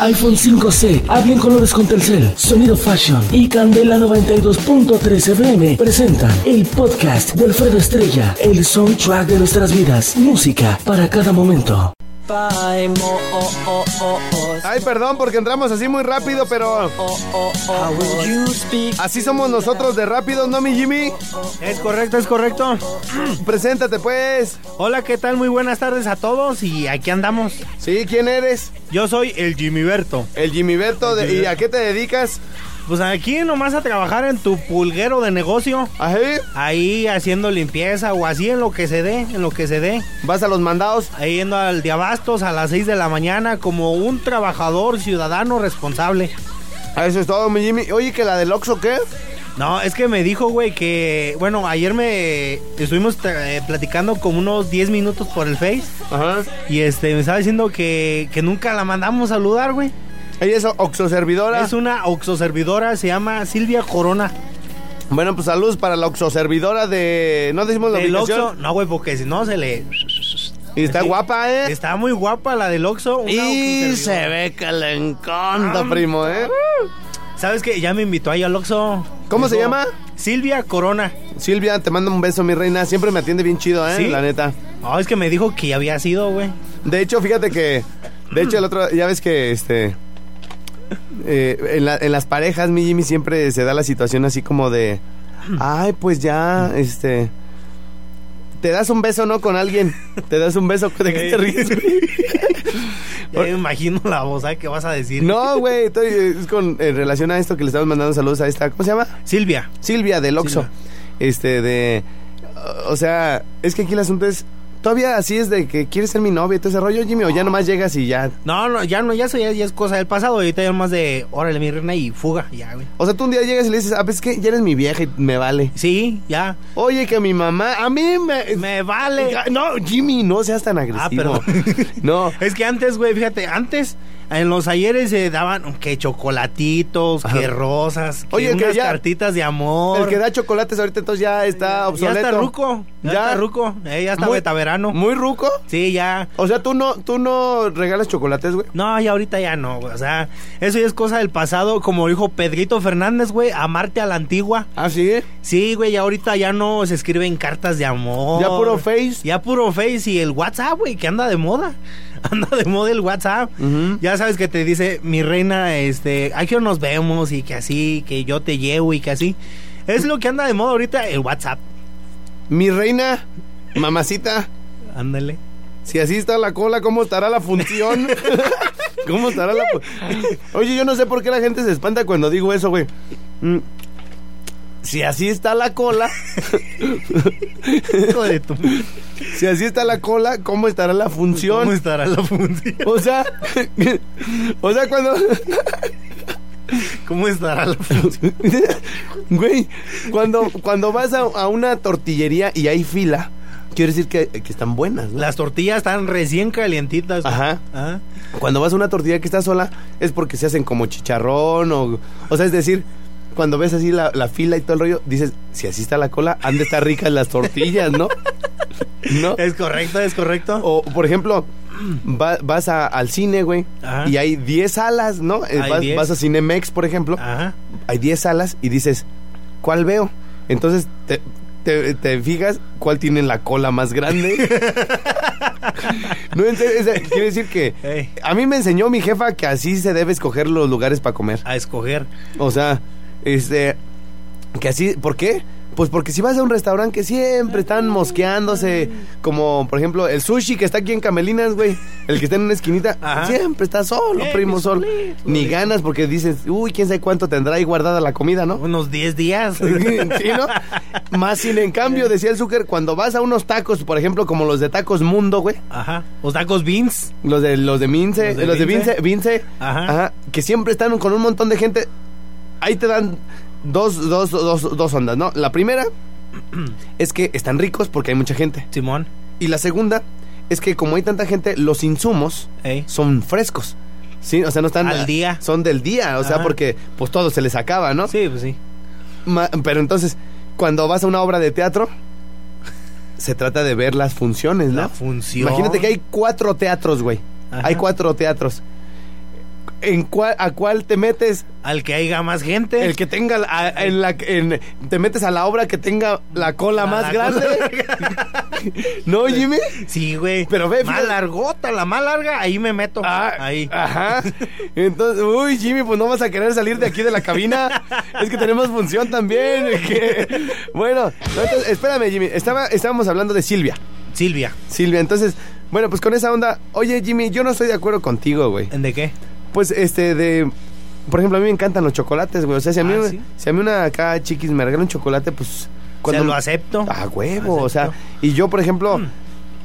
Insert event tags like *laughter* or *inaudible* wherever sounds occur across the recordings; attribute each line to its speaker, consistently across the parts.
Speaker 1: iPhone 5C, hablen colores con Telcel, Sonido Fashion y Candela 92.3 FM presentan el podcast de Alfredo Estrella, el soundtrack de nuestras vidas, música para cada momento.
Speaker 2: Ay, perdón porque entramos así muy rápido, pero así somos nosotros de rápido, ¿no, mi Jimmy?
Speaker 3: Es correcto, es correcto.
Speaker 2: Preséntate, pues.
Speaker 3: Hola, ¿qué tal? Muy buenas tardes a todos y aquí andamos.
Speaker 2: Sí, ¿quién eres?
Speaker 3: Yo soy el Jimmy Berto.
Speaker 2: El Jimmy Berto, de- ¿y a qué te dedicas?
Speaker 3: Pues aquí nomás a trabajar en tu pulguero de negocio.
Speaker 2: Ajá.
Speaker 3: Ahí haciendo limpieza o así en lo que se dé, en lo que se dé.
Speaker 2: ¿Vas a los mandados?
Speaker 3: Ahí yendo al de abastos a las 6 de la mañana como un trabajador ciudadano responsable.
Speaker 2: Ah, Eso es todo, mi Jimmy. Oye, ¿que la del Oxxo qué?
Speaker 3: No, es que me dijo, güey, que... Bueno, ayer me... Estuvimos eh, platicando como unos 10 minutos por el Face.
Speaker 2: Ajá.
Speaker 3: Y este, me estaba diciendo que, que nunca la mandamos saludar, güey.
Speaker 2: Ella es Oxxo servidora.
Speaker 3: Es una oxoservidora, se llama Silvia Corona.
Speaker 2: Bueno, pues saludos para la Oxxo servidora de... ¿No decimos la
Speaker 3: Del
Speaker 2: ubicación?
Speaker 3: Oxxo, no, güey, porque si no se le.
Speaker 2: Y está
Speaker 3: Sí.
Speaker 2: guapa, ¿eh?
Speaker 3: Está muy guapa la del Oxxo. una
Speaker 2: Y se
Speaker 3: oxoservidora.
Speaker 2: ve que le encanta, primo, ¿eh?
Speaker 3: ¿Sabes qué? Ya me invitó ahí al Oxxo.
Speaker 2: ¿Cómo se
Speaker 3: Dijo,
Speaker 2: llama?
Speaker 3: Silvia Corona.
Speaker 2: Silvia, te mando un beso, mi reina. Siempre me atiende bien chido, ¿eh?
Speaker 3: ¿Sí?
Speaker 2: La neta.
Speaker 3: No, es que me dijo que ya había sido, güey.
Speaker 2: De hecho, fíjate que. De hecho, el otro. Ya ves que este. eh, en, la- en las parejas, mi Jimmy siempre se da la situación así como de. Ay, pues ya, este. Te das un beso, ¿no? Con alguien. Te das un beso. ¿De qué te ríes, güey?
Speaker 3: Ya me imagino la voz ¿sabes qué vas a decir?
Speaker 2: No, güey. estoy- Es con, en relación a esto que le estamos mandando saludos a esta. ¿Cómo se llama?
Speaker 3: Silvia.
Speaker 2: Silvia del Oxxo.
Speaker 3: Silvia.
Speaker 2: Este, de. O sea, es que aquí el asunto es. Todavía así es de que quieres ser mi novia y todo ese rollo, Jimmy, o ya nomás llegas y ya.
Speaker 3: No, no, ya no, ya eso ya, ya es cosa del pasado. Ahorita ya más de, órale, mi reina, y fuga, ya, güey.
Speaker 2: O sea, tú un día llegas y le dices, ah, pues es que ya eres mi vieja y me vale.
Speaker 3: Sí, ya.
Speaker 2: Oye, que mi mamá, a mí me.
Speaker 3: Me vale. Ah,
Speaker 2: Ah, No, Jimmy, no seas tan agresivo.
Speaker 3: perdón.
Speaker 2: *laughs* no.
Speaker 3: Es que antes, güey, fíjate, antes en los ayeres se daban que chocolatitos,
Speaker 2: Ajá.
Speaker 3: que rosas, que
Speaker 2: Oye, el que
Speaker 3: unas
Speaker 2: ya-
Speaker 3: cartitas de amor.
Speaker 2: El que da chocolates ahorita entonces ya está
Speaker 3: ya
Speaker 2: obsoleto.
Speaker 3: está ruco, ya,
Speaker 2: Ya.
Speaker 3: está ruco, eh, ya está
Speaker 2: Muy-
Speaker 3: betaverano.
Speaker 2: ¿Muy ruco?
Speaker 3: Sí, ya.
Speaker 2: O sea, tú no, tú no regalas chocolates, güey.
Speaker 3: No, ya ahorita ya no, güey. O sea, eso ya es cosa del pasado, como dijo Pedrito Fernández, güey, amarte a la antigua.
Speaker 2: Ah, sí.
Speaker 3: Sí, güey, ya ahorita ya no se escriben cartas de amor.
Speaker 2: Ya puro face.
Speaker 3: Ya puro Face y el WhatsApp, güey, que anda de moda. *laughs* Anda de moda el WhatsApp.
Speaker 2: Ujú.
Speaker 3: Ya sabes que te dice, mi reina, este, aquí nos vemos y que así, que yo te llevo y que así. Es lo que anda de moda ahorita, el WhatsApp.
Speaker 2: Mi reina, mamacita,
Speaker 3: Ándale.
Speaker 2: si así está la cola, ¿cómo estará la función? ¿Cómo estará la fu- Oye, yo no sé por qué la gente se espanta cuando digo eso, güey. Mm. Si así está la cola. *laughs*
Speaker 3: Hijo de tu-
Speaker 2: Si así está la cola, ¿cómo estará la función?
Speaker 3: ¿Cómo estará la función? *laughs*
Speaker 2: O sea, *laughs* o sea, cuando, *laughs*
Speaker 3: ¿Cómo estará la función?
Speaker 2: güey, cuando, cuando vas a, a una tortillería y hay fila, quiere decir que, que están buenas, ¿no?
Speaker 3: Las tortillas están recién calientitas. güey.
Speaker 2: Ajá.
Speaker 3: Ah,
Speaker 2: Cuando vas a una tortillería que está sola, es porque se hacen como chicharrón o, o sea, es decir, cuando ves así la, la fila y todo el rollo, dices, si así está la cola, han de estar ricas las tortillas,
Speaker 3: *laughs*
Speaker 2: ¿no? ¿No?
Speaker 3: Es correcto, es correcto.
Speaker 2: O, por ejemplo, va- vas a- al cine, güey,
Speaker 3: Ajá.
Speaker 2: y hay 10 salas, ¿no? Eh,
Speaker 3: Hay Ah.
Speaker 2: Vas,
Speaker 3: 10.
Speaker 2: vas a Cinemex, por ejemplo,
Speaker 3: Ajá.
Speaker 2: hay 10 salas y dices, ¿cuál veo? Entonces te, te- te fijas cuál tiene la cola más grande. no, en serio, o sea, quiero decir que
Speaker 3: Ey,
Speaker 2: a mí me enseñó mi jefa que así se debe escoger los lugares para comer.
Speaker 3: a escoger.
Speaker 2: O sea, este, que así, ¿por qué? Pues porque si vas a un restaurante que siempre están mosqueándose, como por ejemplo el sushi que está aquí en Camelinas, güey, el que está en una esquinita,
Speaker 3: Ajá.
Speaker 2: siempre está solo,
Speaker 3: Eh,
Speaker 2: primo,
Speaker 3: mi
Speaker 2: solo.
Speaker 3: solito,
Speaker 2: Ni
Speaker 3: dice.
Speaker 2: ganas porque dices, uy, quién sabe cuánto tendrá ahí guardada la comida,
Speaker 3: *laughs*
Speaker 2: ¿no?
Speaker 3: Unos 10 días.
Speaker 2: *laughs* ¿Sí, no? Más sin en cambio, decía el Zucker, cuando vas a unos tacos, por ejemplo, como los de Tacos Mundo, güey,
Speaker 3: Ajá. Los tacos beans.
Speaker 2: los de los de Mince,
Speaker 3: Los de
Speaker 2: los de Vince,
Speaker 3: Vince.
Speaker 2: Vince,
Speaker 3: Ajá.
Speaker 2: ajá, que siempre están con un montón de gente. Ahí te dan dos, dos, dos, dos ondas, ¿no? La
Speaker 3: *clears throat*
Speaker 2: primera es que están ricos porque hay mucha gente.
Speaker 3: Simón.
Speaker 2: Y la segunda es que como hay tanta gente, los insumos
Speaker 3: Ey.
Speaker 2: son frescos. Sí, o sea, no están
Speaker 3: Al día.
Speaker 2: Son del día, o sea,
Speaker 3: Ajá.
Speaker 2: porque pues todo se les acaba, ¿no?
Speaker 3: Sí, pues sí.
Speaker 2: Ma- pero entonces, cuando vas a una obra de teatro, se trata de ver las funciones, ¿no?
Speaker 3: La función.
Speaker 2: Imagínate que hay cuatro teatros, güey.
Speaker 3: Ajá.
Speaker 2: Hay cuatro teatros. en cuál, a cuál te metes,
Speaker 3: Al que haya más gente.
Speaker 2: el que tenga la- a- en la en- te metes a la obra que tenga la cola
Speaker 3: La-
Speaker 2: más
Speaker 3: la
Speaker 2: grande.
Speaker 3: cola-
Speaker 2: ¿No, Jimmy?
Speaker 3: sí, güey.
Speaker 2: Pero ve,
Speaker 3: Más
Speaker 2: fíjate-
Speaker 3: largota, la más larga, ahí me meto.
Speaker 2: *laughs* Ah,
Speaker 3: ahí.
Speaker 2: Ajá. Entonces, uy, Jimmy, pues no vas a querer salir de aquí de la cabina. es que tenemos función también. *laughs* que- Bueno, entonces, espérame, Jimmy. Estaba, estábamos hablando de Silvia.
Speaker 3: Silvia,
Speaker 2: Silvia, entonces, bueno, pues con esa onda, oye, Jimmy, yo no estoy de acuerdo contigo, güey.
Speaker 3: ¿de qué?
Speaker 2: Pues este de. Por ejemplo, a mí me encantan los chocolates, güey. O sea, si a mí,
Speaker 3: Ah,
Speaker 2: una-
Speaker 3: ¿sí?
Speaker 2: si a mí una acá chiquis me regala un chocolate, pues.
Speaker 3: Se lo acepto.
Speaker 2: A huevo, o sea.
Speaker 3: Acepto. Mm.
Speaker 2: Y yo, por ejemplo,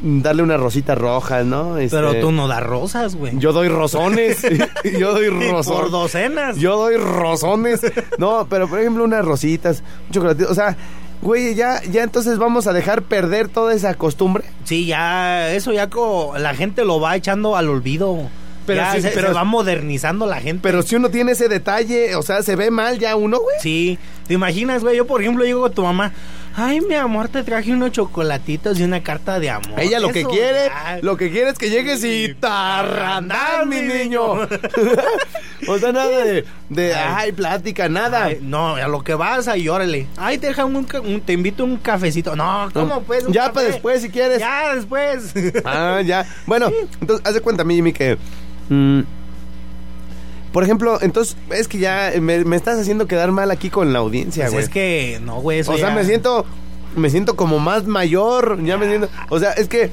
Speaker 2: darle unas rositas rojas, ¿no? Este,
Speaker 3: Pero tú no das rosas, güey.
Speaker 2: Yo doy rosones.
Speaker 3: *laughs*
Speaker 2: *laughs* yo doy
Speaker 3: Por
Speaker 2: rosones.
Speaker 3: docenas.
Speaker 2: Yo doy rosones. No, pero por ejemplo, unas rositas, un chocolatito. O sea, güey, ya, ya entonces vamos a dejar perder toda esa costumbre.
Speaker 3: Sí, ya, eso ya co- la gente lo va echando al olvido.
Speaker 2: Pero
Speaker 3: Pero,
Speaker 2: sí,
Speaker 3: se,
Speaker 2: pero-
Speaker 3: se va modernizando la gente.
Speaker 2: Pero si uno tiene ese detalle, o sea, se ve mal ya uno, güey.
Speaker 3: Sí, te imaginas, güey. Yo, por ejemplo, llego con tu mamá. Ay, mi amor, te traje unos chocolatitos y una carta de amor.
Speaker 2: Ella lo que
Speaker 3: Eso,
Speaker 2: quiere,
Speaker 3: ya.
Speaker 2: lo que quiere es que llegues y tarrandar, mi niño. *laughs* o sea, nada de, de ay, plática, nada.
Speaker 3: Ay, Eh, no, a lo que vas, ahí órale. Ay, te deja un, ca- un- te invito un cafecito. No, ¿cómo pues? un
Speaker 2: Ya
Speaker 3: café?
Speaker 2: para después, si quieres.
Speaker 3: Ya
Speaker 2: *laughs*
Speaker 3: después. Pues
Speaker 2: Ah, ya. Bueno, entonces, haz de cuenta, mi Jimmy, que. mm, por ejemplo, entonces, es que ya me, me estás haciendo quedar mal aquí con la audiencia,
Speaker 3: Pues
Speaker 2: güey.
Speaker 3: es que no, güey, eso
Speaker 2: o sea,
Speaker 3: ya-
Speaker 2: me siento. Me siento como más mayor. Ya me siento. O sea, es que.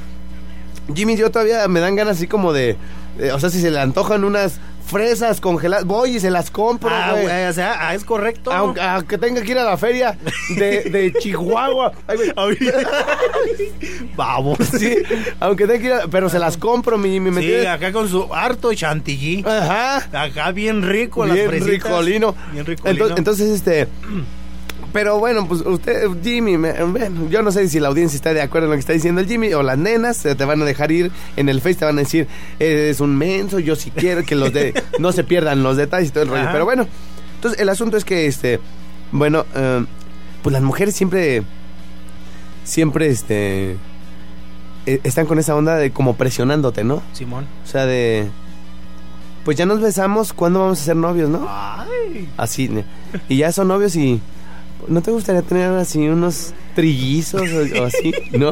Speaker 2: Jimmy, yo todavía me dan ganas así como de. eh, o sea, si se le antojan unas fresas congeladas, voy y se las compro,
Speaker 3: Ah,
Speaker 2: güey.
Speaker 3: güey, o sea, ah, es correcto.
Speaker 2: Aunque, aunque tenga que ir a la feria de, de Chihuahua. Ay,
Speaker 3: *laughs*
Speaker 2: güey. *laughs*
Speaker 3: Vamos.
Speaker 2: Sí, aunque tenga que ir a- Pero se las compro, mi Jimmy, ¿me
Speaker 3: Sí,
Speaker 2: entiendes?
Speaker 3: acá con su harto chantilly.
Speaker 2: Ajá.
Speaker 3: Acá bien rico las
Speaker 2: bien
Speaker 3: fresitas.
Speaker 2: ricolino.
Speaker 3: Bien ricolino.
Speaker 2: Entonces, entonces, este. *clears throat* Pero bueno, pues usted, Jimmy, me- bueno, yo no sé si la audiencia está de acuerdo en lo que está diciendo el Jimmy o las nenas se te van a dejar ir en el Face, te van a decir, es un menso, yo sí quiero que los
Speaker 3: *laughs*
Speaker 2: de, no se pierdan los detalles y todo el rollo.
Speaker 3: Ajá.
Speaker 2: Pero bueno, entonces el asunto es que, este, bueno, eh, pues las mujeres siempre, siempre, este, eh, están con esa onda de como presionándote, ¿no?
Speaker 3: Simón.
Speaker 2: O sea, de, pues ya nos besamos, ¿cuándo vamos a ser novios, no?
Speaker 3: Ay.
Speaker 2: Así. ne- Y ya son novios y. ¿No te gustaría tener así unos trillizos o, o así? ¿No?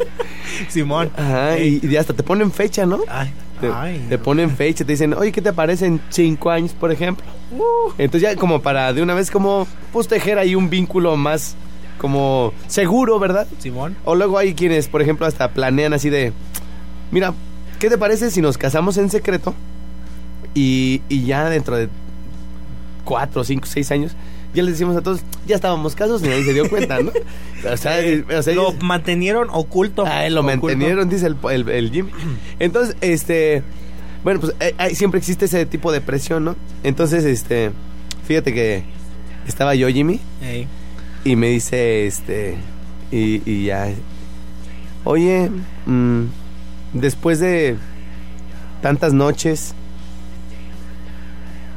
Speaker 3: Simón.
Speaker 2: Ajá. Y, y hasta te ponen fecha, ¿no?
Speaker 3: Ay.
Speaker 2: Te,
Speaker 3: ay.
Speaker 2: te ponen fecha, te dicen, oye, ¿qué te parece en cinco años, por ejemplo? Entonces ya como para de una vez como, pues tejer ahí un vínculo más como seguro, ¿verdad?
Speaker 3: Simón.
Speaker 2: O luego hay quienes, por ejemplo, hasta planean así de, mira, ¿qué te parece si nos casamos en secreto? Y, y ya dentro de cuatro, cinco, seis años, ya les decimos a todos, ya estábamos casados y nadie se dio cuenta,
Speaker 3: *laughs*
Speaker 2: ¿no? o sea, eh, o sea,
Speaker 3: Lo
Speaker 2: ellos-
Speaker 3: mantenieron oculto.
Speaker 2: ah, lo
Speaker 3: Oculto.
Speaker 2: mantenieron, dice el, el, el Jimmy. Entonces, este, bueno, pues eh, hay- siempre existe ese tipo de presión, ¿no? Entonces, este, fíjate que estaba yo, Jimmy,
Speaker 3: Ey.
Speaker 2: y me dice, este, y, y ya, oye, mm, después de tantas noches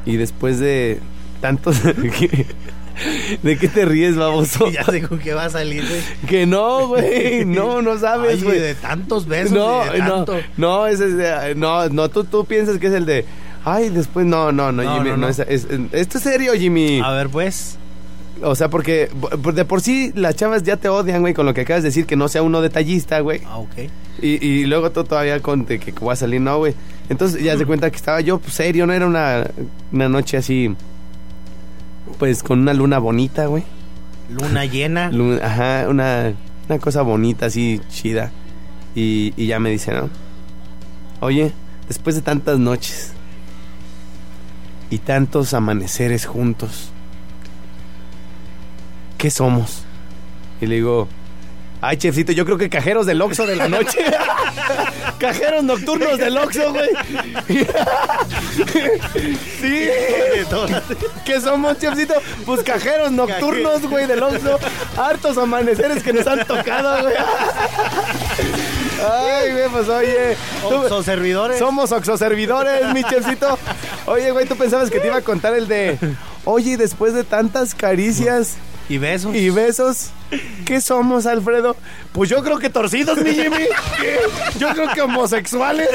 Speaker 2: y después de tantos... *laughs* ¿De qué te ríes,
Speaker 3: *laughs*
Speaker 2: baboso?
Speaker 3: Ya sé con qué va a salir, güey.
Speaker 2: Que no, güey, no, no sabes,
Speaker 3: Ay,
Speaker 2: güey.
Speaker 3: de tantos besos.
Speaker 2: No,
Speaker 3: y de
Speaker 2: no,
Speaker 3: tanto.
Speaker 2: no, ese es de- no, no, tú, tú piensas que es el de... Ay, después, no, no, no,
Speaker 3: No,
Speaker 2: Jimmy,
Speaker 3: no,
Speaker 2: no,
Speaker 3: no.
Speaker 2: es- es- esto es serio, Jimmy.
Speaker 3: A ver, pues.
Speaker 2: O sea, porque por- de por sí las chavas ya te odian, güey, con lo que acabas de decir, que no sea uno detallista, güey.
Speaker 3: Ah, ok.
Speaker 2: Y, y luego tú todavía con de que voy a salir, no, güey. Entonces ya se cuenta que estaba yo pues, serio, no era una, una noche así, pues con una luna bonita, güey.
Speaker 3: Luna llena. *laughs*
Speaker 2: Lu- Ajá, una, una cosa bonita, así chida. Y, y ya me dice, ¿no? Oye, después de tantas noches y tantos amaneceres juntos, ¿qué somos? Y le digo, ay, chefcito, yo creo que cajeros del Oxxo de la noche. cajeros nocturnos del Oxxo, güey. *laughs* sí. *laughs* ¿Qué somos, chefcito? Pues cajeros nocturnos, güey, del Oxxo. Hartos amaneceres que nos han tocado, güey. Ay, güey, pues oye. tú-
Speaker 3: Son servidores.
Speaker 2: somos oxoservidores, mi chefcito. Oye, güey, tú pensabas que te iba a contar el de. Oye, y después de tantas caricias
Speaker 3: Y besos.
Speaker 2: y besos, ¿qué somos, Alfredo? Pues yo creo que torcidos, mi Jimmy. Yo creo que homosexuales.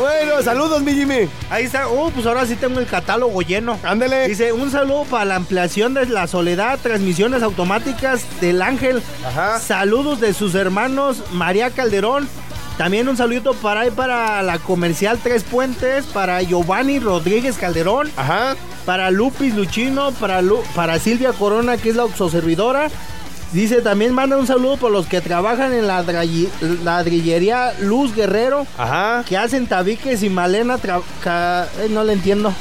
Speaker 2: Bueno, saludos, mi Jimmy.
Speaker 3: Ahí está. Oh, pues ahora sí tengo el catálogo lleno.
Speaker 2: Ándele.
Speaker 3: Dice, un saludo para la ampliación de la soledad, transmisiones automáticas del Ángel.
Speaker 2: Ajá.
Speaker 3: Saludos de sus hermanos María Calderón. También un saludo para ahí para la comercial Tres Puentes, para Giovanni Rodríguez Calderón,
Speaker 2: Ajá.
Speaker 3: para Lupis Luchino, para, Lu- para Silvia Corona, que es la observidora. Dice, también manda un saludo por los que trabajan en la dra- ladrillería Luz Guerrero
Speaker 2: Ajá.
Speaker 3: que hacen tabiques y malena tra- ca- eh, no le entiendo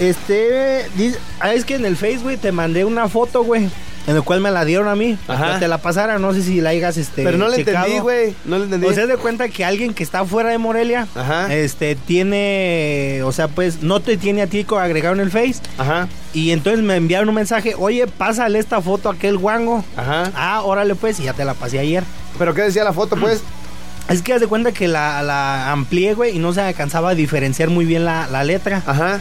Speaker 3: este di- ah, es que en el Facebook güey, te mandé una foto güey en el cual me la dieron a mí
Speaker 2: Ajá.
Speaker 3: para que te la pasara no sé si la hayas este
Speaker 2: Pero no le entendí,
Speaker 3: checado.
Speaker 2: güey. No le entendí.
Speaker 3: o sea, haz de cuenta que alguien que está fuera de Morelia,
Speaker 2: Ajá.
Speaker 3: este, tiene, o sea, pues, no te tiene a ti co- agregado en el Face,
Speaker 2: Ajá.
Speaker 3: y entonces me enviaron un mensaje, oye, pásale esta foto a aquel guango.
Speaker 2: Ajá.
Speaker 3: Ah, órale pues, y ya te la pasé ayer.
Speaker 2: ¿Pero qué decía la foto, pues?
Speaker 3: Es que haz de cuenta que la, la amplié, güey, y no se alcanzaba a diferenciar muy bien la, la letra.
Speaker 2: Ajá.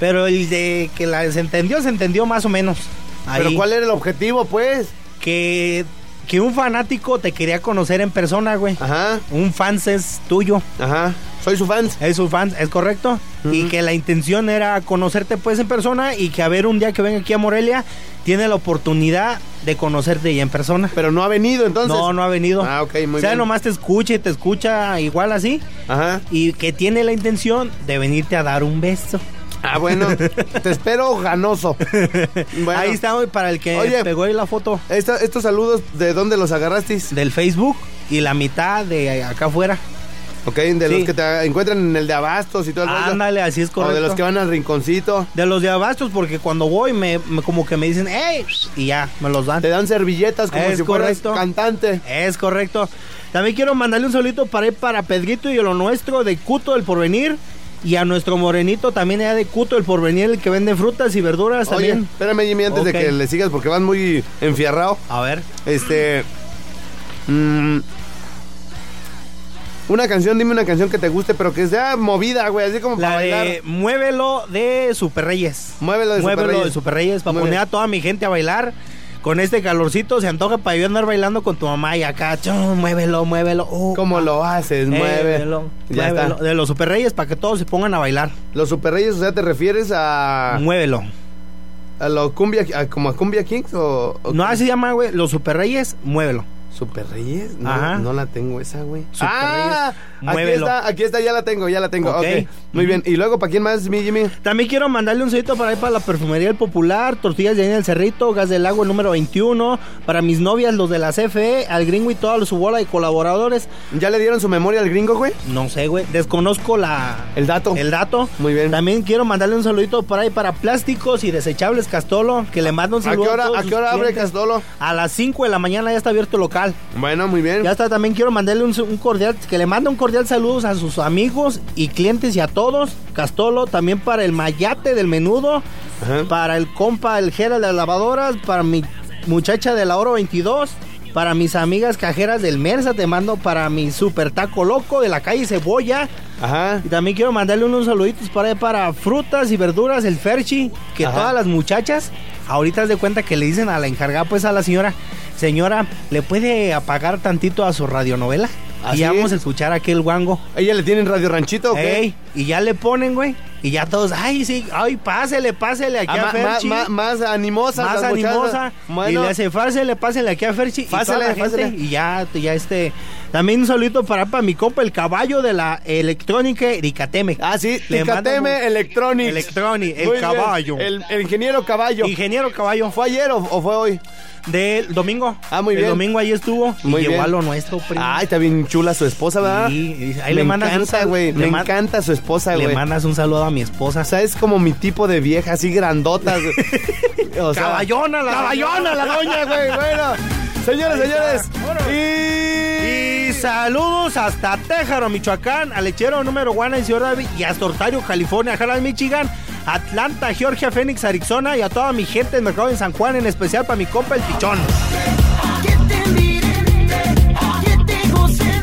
Speaker 3: Pero el de que la se entendió, se entendió más o menos. Ahí.
Speaker 2: ¿Pero cuál era el objetivo, pues?
Speaker 3: Que, que un fanático te quería conocer en persona, güey.
Speaker 2: Ajá.
Speaker 3: Un fans es tuyo.
Speaker 2: Ajá. Soy su fan.
Speaker 3: Es su fans, es correcto. Y
Speaker 2: Ujú.
Speaker 3: que la intención era conocerte pues en persona y que a ver un día que venga aquí a Morelia, tiene la oportunidad de conocerte ya en persona.
Speaker 2: Pero no ha venido, entonces.
Speaker 3: no, no ha venido.
Speaker 2: Ah, ok, muy
Speaker 3: o sea,
Speaker 2: bien.
Speaker 3: nomás te escucha y te escucha igual así.
Speaker 2: Ajá.
Speaker 3: y que tiene la intención de venirte a dar un beso.
Speaker 2: Ah, bueno.
Speaker 3: *laughs*
Speaker 2: Te espero ganoso. Bueno.
Speaker 3: Ahí está hoy para el que
Speaker 2: Oye.
Speaker 3: pegó ahí la foto
Speaker 2: Esta- estos saludos, ¿de dónde los agarraste?
Speaker 3: del Facebook y la mitad de acá afuera.
Speaker 2: ok, de
Speaker 3: Sí.
Speaker 2: los que te encuentran en el de Abastos y todo el rollo.
Speaker 3: Ándale, así es
Speaker 2: O
Speaker 3: correcto.
Speaker 2: de los que van al rinconcito.
Speaker 3: De los de abastos, porque cuando voy me, me- como que me dicen, ¡Ey! Y ya, me los dan.
Speaker 2: Te dan servilletas como
Speaker 3: Es
Speaker 2: si fueras
Speaker 3: correcto.
Speaker 2: cantante.
Speaker 3: Es correcto. También quiero mandarle un solito para ir para Pedrito y lo nuestro de Cuto del Porvenir. Y a nuestro morenito también allá de Cuto del Porvenir, el que vende frutas y verduras
Speaker 2: Oye,
Speaker 3: también.
Speaker 2: espérame, Jimmy, antes
Speaker 3: Ok.
Speaker 2: de que le sigas porque vas muy enfiarrado.
Speaker 3: A ver.
Speaker 2: Este. mm, una canción, dime una canción que te guste, pero que sea movida, güey, así como para
Speaker 3: La de
Speaker 2: bailar.
Speaker 3: Muévelo de Super Reyes.
Speaker 2: Muévelo de Super
Speaker 3: Muévelo
Speaker 2: Reyes.
Speaker 3: de Super Reyes para
Speaker 2: Muy
Speaker 3: poner
Speaker 2: bien.
Speaker 3: a toda mi gente a bailar. Con este calorcito se antoja para yo andar bailando con tu mamá y acá, chum, muévelo, muévelo. uh,
Speaker 2: ¿Cómo lo haces?
Speaker 3: eh,
Speaker 2: Mueve.
Speaker 3: muévelo,
Speaker 2: ya
Speaker 3: muévelo.
Speaker 2: está.
Speaker 3: De los Super Reyes para que todos se pongan a bailar.
Speaker 2: Los Super Reyes, o sea, ¿te refieres a.
Speaker 3: Muévelo.
Speaker 2: a los Cumbia. a- como a Cumbia Kings o. o-
Speaker 3: No, así se llama, güey. Los Super Reyes, muévelo.
Speaker 2: ¿Super Reyes? No,
Speaker 3: Ajá.
Speaker 2: no la tengo esa, güey.
Speaker 3: Super
Speaker 2: Ah,
Speaker 3: Reyes.
Speaker 2: aquí
Speaker 3: Muévelo.
Speaker 2: está, aquí está, ya la tengo, ya la tengo.
Speaker 3: Ok.
Speaker 2: Ok. Muy bien. ¿Y luego para quién más, mi Jimmy?
Speaker 3: También quiero mandarle un saludo para ahí para la perfumería El Popular, Tortillas de Harina del Cerrito, Gas del Lago el número 21, para mis novias, los de la CFE, al gringo y toda su bola de colaboradores.
Speaker 2: ¿Ya le dieron su memoria al gringo, güey?
Speaker 3: No sé, güey. Desconozco la,
Speaker 2: El dato.
Speaker 3: el dato.
Speaker 2: Muy bien.
Speaker 3: También quiero mandarle un saludito por ahí para Plásticos y Desechables Castolo, que le mando un
Speaker 2: ¿A
Speaker 3: saludo.
Speaker 2: qué hora,
Speaker 3: todos
Speaker 2: a
Speaker 3: sus
Speaker 2: qué hora abre
Speaker 3: clientes.
Speaker 2: Castolo?
Speaker 3: A las 5 de la mañana ya está abierto el local.
Speaker 2: Bueno, muy bien.
Speaker 3: Ya está, también quiero mandarle un, un cordial, que le mande un cordial saludos a sus amigos y clientes y a todos. Castolo, también para el Mayate del Menudo,
Speaker 2: Ajá.
Speaker 3: para el compa, el Jera de las lavadoras, para mi muchacha de la Oro 22, para mis amigas cajeras del Mersa, te mando para mi super taco loco de la calle Cebolla.
Speaker 2: Ajá.
Speaker 3: Y también quiero mandarle unos saluditos para, para frutas y verduras, el Ferchi, que
Speaker 2: Ajá.
Speaker 3: todas las muchachas ahorita se de cuenta que le dicen a la encargada, pues a la señora, señora, ¿le puede apagar tantito a su radionovela?
Speaker 2: Así
Speaker 3: y ya vamos
Speaker 2: es.
Speaker 3: a escuchar aquel guango.
Speaker 2: ¿Ella le tienen Radio Ranchito o qué?
Speaker 3: Ey, y ya le ponen, güey. Y ya todos, ay, sí, ay, pásele, pásele aquí
Speaker 2: Ah, ma-
Speaker 3: a
Speaker 2: ma-
Speaker 3: Ferchi.
Speaker 2: ma- más animosa.
Speaker 3: más animosa. Y le hace, fásele, pásele aquí a Ferchi. y toda
Speaker 2: Fásele,
Speaker 3: la gente,
Speaker 2: fásele.
Speaker 3: Y ya, ya este. También un saludito para, para mi compa, el caballo de la electrónica Ericateme.
Speaker 2: Ah, sí,
Speaker 3: Le mando
Speaker 2: Ticateme
Speaker 3: un-
Speaker 2: Electronics.
Speaker 3: Electronic, el
Speaker 2: Muy bien,
Speaker 3: caballo.
Speaker 2: El, el ingeniero caballo.
Speaker 3: Ingeniero Caballo
Speaker 2: ¿Fue ayer o, o fue hoy?
Speaker 3: del domingo.
Speaker 2: Ah, muy
Speaker 3: El
Speaker 2: bien.
Speaker 3: domingo ahí estuvo y
Speaker 2: Muy
Speaker 3: llegó
Speaker 2: bien.
Speaker 3: a lo nuestro, primo.
Speaker 2: Ay, está bien chula su esposa, ¿verdad?
Speaker 3: Sí, y
Speaker 2: me
Speaker 3: ahí le mandas un
Speaker 2: encanta,
Speaker 3: sal-
Speaker 2: güey.
Speaker 3: le
Speaker 2: Me
Speaker 3: man-
Speaker 2: encanta su esposa,
Speaker 3: Le
Speaker 2: güey.
Speaker 3: mandas un saludo a mi esposa.
Speaker 2: O sea, es como mi tipo de vieja, así grandota.
Speaker 3: *laughs*
Speaker 2: güey. O sea,
Speaker 3: caballona la
Speaker 2: Caballona la doña, güey. Bueno, señores,
Speaker 3: Ahí está.
Speaker 2: señores.
Speaker 3: Vámonos.
Speaker 2: Y...
Speaker 3: Y saludos hasta Tejaro, Michoacán, al lechero número 1 en Ciudad David y hasta Ontario, California, Harlan, Michigan, Atlanta, Georgia, Phoenix, Arizona y a toda mi gente del mercado en San Juan, en especial para mi compa el pichón.
Speaker 4: Que te miren, que te gocen,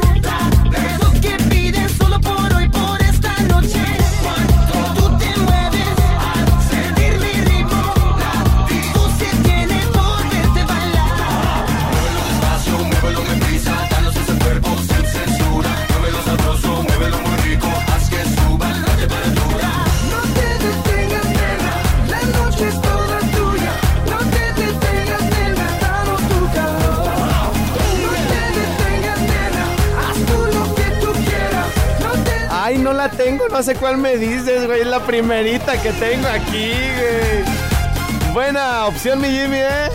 Speaker 4: esos que piden solo por hoy, por esta noche. Cuando tú te mueves al sentir mi ritmo, tú se tiene por verte bailar. Muévelo despacio, muévelo con prisa, danos ese cuerpo sin censura. Muévelo sabroso, muévelo muy rico,
Speaker 2: tengo, no sé cuál me dices, güey. Es la primerita que tengo aquí, güey. Buena opción, mi Jimmy, ¿eh?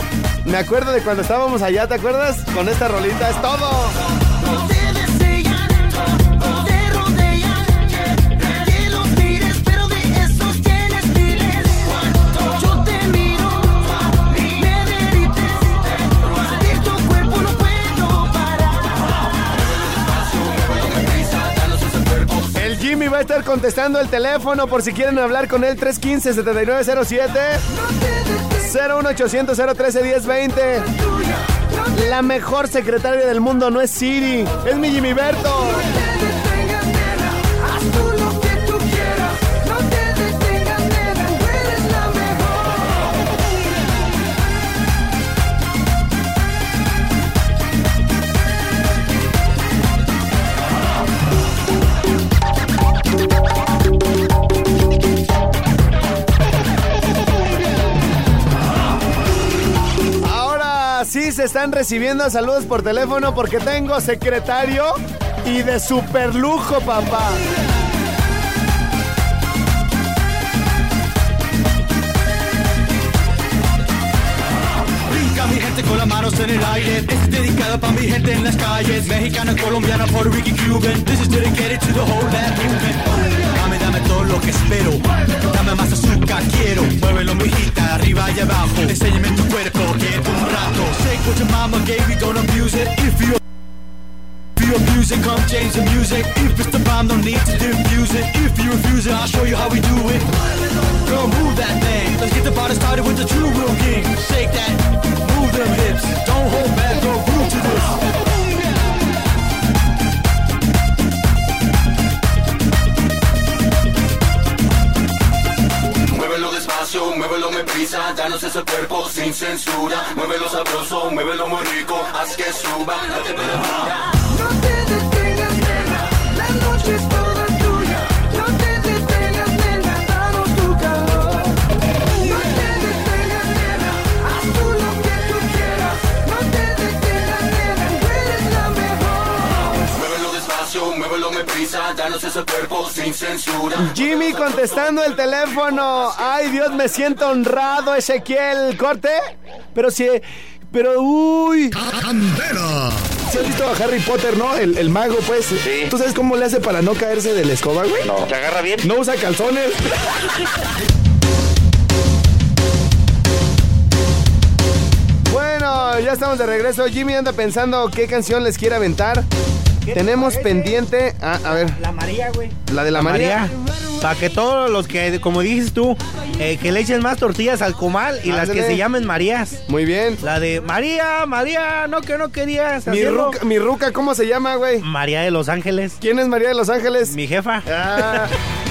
Speaker 2: Me acuerdo de cuando estábamos allá, ¿te acuerdas? Con esta rolita es todo.
Speaker 4: Te desean, te rodean, que los mires, pero de esos tienes miles. Yo te miro, me derrites, sentir tu cuerpo no puedo parar.
Speaker 2: El Jimmy va a estar contestando el teléfono por si quieren hablar con él 315-7907 01800 013 1020 La mejor secretaria del mundo no es Siri, es mi Jimmy Berto.
Speaker 4: No te detengas, nena, haz tú lo que tú quieras. No te detengas, nena, tú eres la mejor.
Speaker 2: Ahora sí se están recibiendo saludos por teléfono porque tengo secretario y de super lujo, papá.
Speaker 5: Brinca mi gente con las manos en el aire. This is dedicado para mi gente en las calles. Mexicana, colombiana, Puerto Rican, Cuban. This is dedicated to the whole Latin movement. Dame, dame todo lo que espero. Dame más azúcar, quiero. Muévelo, mijita, arriba y abajo. Enséñame tu cuerpo, quédate un rato. Say what your mama gave you, don't abuse it. If you if you abuse it, come change the music. If it's the bomb, no need to diffuse it. If you refuse it, I'll show you how we do it. Girl, move that thing. Let's get the party started with the true real king. Shake that, move them hips. Don't hold back, go groove to this.
Speaker 6: Muévelo despacio, muévelo me prisa, danos ese cuerpo sin censura. Muévelo sabroso, muévelo muy rico, haz que suba la temperatura.
Speaker 4: No te detengas, nena, la noche es toda tuya. No te detengas, nena, danos tu calor. No te detengas, nena, haz tú lo que tú quieras. No te detengas, nena, tú eres la mejor.
Speaker 6: Muévelo despacio, muévelo me prisa, danos ese cuerpo sin censura.
Speaker 2: Jimmy contestando el teléfono. Ay, Dios, me siento honrado, Ezequiel. Corte. Pero si. Pero, uy. ¿Sí has visto a Harry Potter, no? El, el mago, pues. ¿Tú sabes cómo le hace para no caerse de la escoba, güey? No.
Speaker 7: ¿Se agarra bien?
Speaker 2: No usa calzones. bueno, ya estamos de regreso. Jimmy anda pensando qué canción les quiere aventar.
Speaker 3: ¿Qué te
Speaker 2: Tenemos
Speaker 3: parece?
Speaker 2: pendiente. ah, a ver,
Speaker 3: La María, güey.
Speaker 2: la de la, María.
Speaker 3: María. Para que todos los que, como dices tú, eh, que le echen más tortillas al comal y las que
Speaker 2: Ándale.
Speaker 3: se llamen Marías.
Speaker 2: Muy bien.
Speaker 3: La de María, María, no que no querías.
Speaker 2: Mi
Speaker 3: hacerlo.
Speaker 2: ruca, mi ruca, ¿cómo se llama, güey?
Speaker 3: María de Los Ángeles,
Speaker 2: ¿Quién es María de Los Ángeles?
Speaker 3: mi jefa.
Speaker 2: Ah,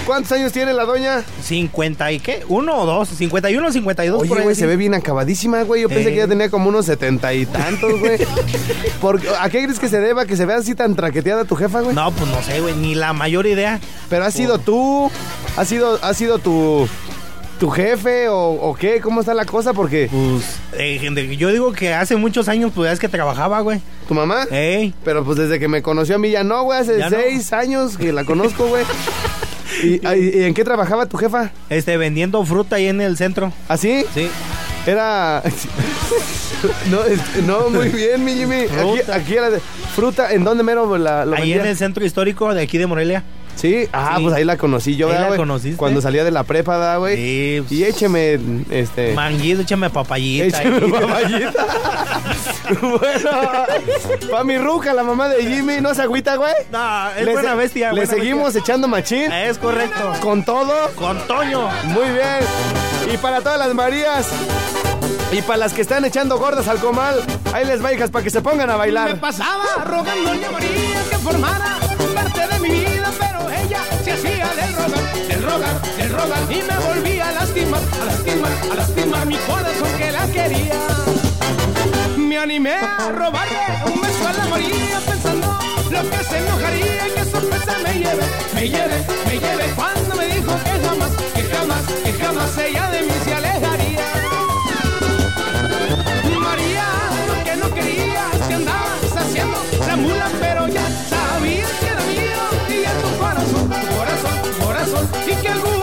Speaker 2: ¿Cuántos años tiene la doña?
Speaker 3: 50 y qué? ¿Uno o dos? 51 o 52
Speaker 2: Oye,
Speaker 3: por ahí,
Speaker 2: güey,
Speaker 3: sí.
Speaker 2: se ve bien acabadísima, güey. Yo pensé
Speaker 3: Eh.
Speaker 2: que ya tenía como unos setenta y tantos, güey. ¿Por qué- ¿A qué crees que se deba que se vea así tan traqueteada tu jefa, güey?
Speaker 3: No, pues no sé, güey, ni la mayor idea.
Speaker 2: Pero has sido tú, has sido, has sido tu, tu jefe o, o qué, ¿cómo está la cosa? Porque
Speaker 3: Pues, eh, gente, yo digo que hace muchos años, pues ya es que trabajaba, güey.
Speaker 2: tu mamá...
Speaker 3: Ey,
Speaker 2: Pero pues desde que me conoció a mí ya no, güey. Hace
Speaker 3: Eh. Ya no.
Speaker 2: seis años que la conozco, güey.
Speaker 3: *laughs*
Speaker 2: ¿Y, ay, ¿Y en qué trabajaba tu jefa?
Speaker 3: este, vendiendo fruta ahí en el centro.
Speaker 2: ¿Así?
Speaker 3: Sí.
Speaker 2: Era. *laughs* No, este, no,
Speaker 3: *laughs*
Speaker 2: muy bien, mi Jimmy. Aquí,
Speaker 3: Fruta.
Speaker 2: aquí era de- fruta, ¿en dónde mero la, lo
Speaker 3: Ahí en
Speaker 2: vendían?
Speaker 3: el centro histórico de aquí de Morelia.
Speaker 2: Sí, ah,
Speaker 3: Sí.
Speaker 2: pues ahí la conocí yo,
Speaker 3: Ahí
Speaker 2: ¿verdad,
Speaker 3: la
Speaker 2: güey?
Speaker 3: conociste.
Speaker 2: Cuando salía de la prepa, ¿verdad, güey?
Speaker 3: Sí, pues.
Speaker 2: Y écheme, este.
Speaker 3: Manguito, échame papayita.
Speaker 2: Écheme
Speaker 3: *laughs* ahí.
Speaker 2: papayita. bueno, pa' mi ruca, la mamá de Jimmy, ¿no se agüita, güey?
Speaker 3: No, es
Speaker 2: Le se-
Speaker 3: buena bestia. Eh.
Speaker 2: Le
Speaker 3: buena
Speaker 2: seguimos echando machín
Speaker 3: bestia. Es correcto.
Speaker 2: con todo.
Speaker 3: Con Toño.
Speaker 2: Muy bien. Y para todas las Marías. Y para las que están echando gordas al comal, ahí les va, hijas, para que se pongan a bailar.
Speaker 8: pasaba rogándole a María que formara parte de mi vida, pero ella se hacía del rogar, del rogar, del rogar y me volvía a lastimar, a lastimar, a lastimar mi corazón que la quería. Me animé a robarle un beso a la María pensando lo que se enojaría y qué sorpresa me lleve, me lleve, me lleve cuando me dijo que jamás, que jamás, que jamás ella de mí se alejaría. María, lo que no quería, se andabas haciendo la mula, pero ya sabías que era mío y ya tu corazón, tu corazón, y que algún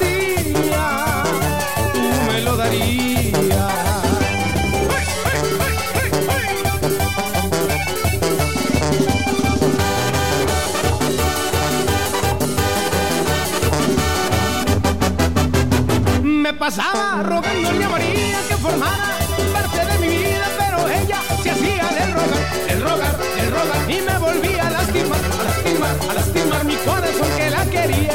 Speaker 8: día tú me lo darías. Me pasaba rogándole a María que formara parte de mi vida, pero ella se hacía del rogar, el rogar, el rogar y me volvía a lastimar, a lastimar, a lastimar mi corazón que la quería.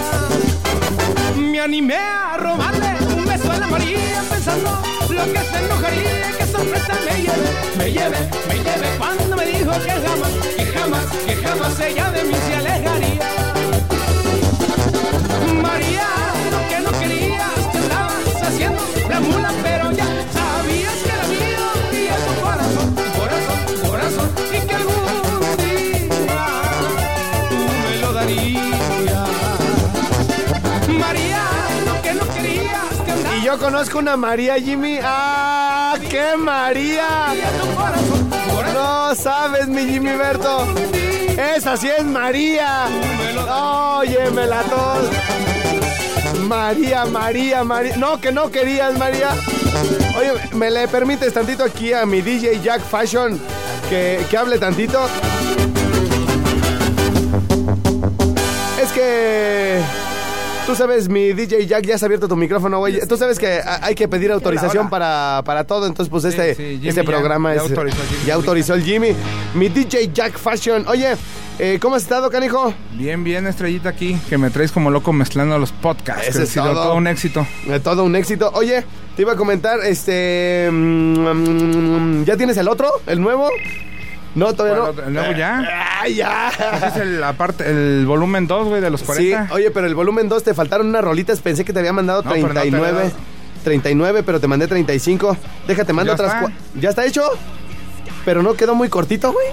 Speaker 8: Me animé a robarle un beso a la María pensando lo que se enojaría que sorpresa me lleve, me lleve, me lleve cuando me dijo que jamás, que jamás, que jamás ella de mí se alejaría. María, lo que no querías te estabas haciendo la mula, pero ya sabías que era mío y es tu corazón, tu corazón, tu corazón y que algún día tú me lo darías. María, lo que no querías te andaba
Speaker 2: Y yo conozco una María, Jimmy. ¡Ah! ¡Qué María!
Speaker 8: y es tu corazón, tu corazón
Speaker 2: No sabes, mi Jimmy Berto. Esa sí es María. Óyeme la tos. María, María, María. No, que no querías, María. Oye, ¿me le permites tantito aquí a mi DJ Jack Fashion que, que hable tantito? Es que... Tú sabes, mi DJ Jack, ya has abierto tu micrófono, güey. Tú sabes que a- hay que pedir autorización para, para todo, entonces pues este,
Speaker 7: sí, Jimmy
Speaker 2: este
Speaker 7: ya-
Speaker 2: programa es...
Speaker 7: ya autorizó a Jimmy.
Speaker 2: ya autorizó el Jimmy. Mi DJ Jack Fashion. Oye, eh, ¿cómo has estado, canijo?
Speaker 7: Bien, bien, estrellita aquí, que me traes como loco mezclando los podcasts.
Speaker 2: Ese
Speaker 7: que ha
Speaker 2: es
Speaker 7: sido
Speaker 2: todo.
Speaker 7: todo un éxito.
Speaker 2: Eh, Todo un éxito. Oye, te iba a comentar, este... mm, ¿Ya tienes el otro? ¿El nuevo? No, todavía
Speaker 7: Bueno,
Speaker 2: no.
Speaker 7: el nuevo ya.
Speaker 2: ¡Ah, ya!
Speaker 7: Ese es el, la parte- el volumen 2, güey, de los
Speaker 2: Sí,
Speaker 7: 40.
Speaker 2: oye, pero el volumen 2 te faltaron unas rolitas. Pensé que te había mandado
Speaker 7: No, pero no te
Speaker 2: 39.
Speaker 7: había dado.
Speaker 2: 39, pero te mandé 35. Déjate, mando
Speaker 7: Ya
Speaker 2: otras.
Speaker 7: está.
Speaker 2: cua- ¿Ya está hecho? Pero no quedó muy cortito, güey.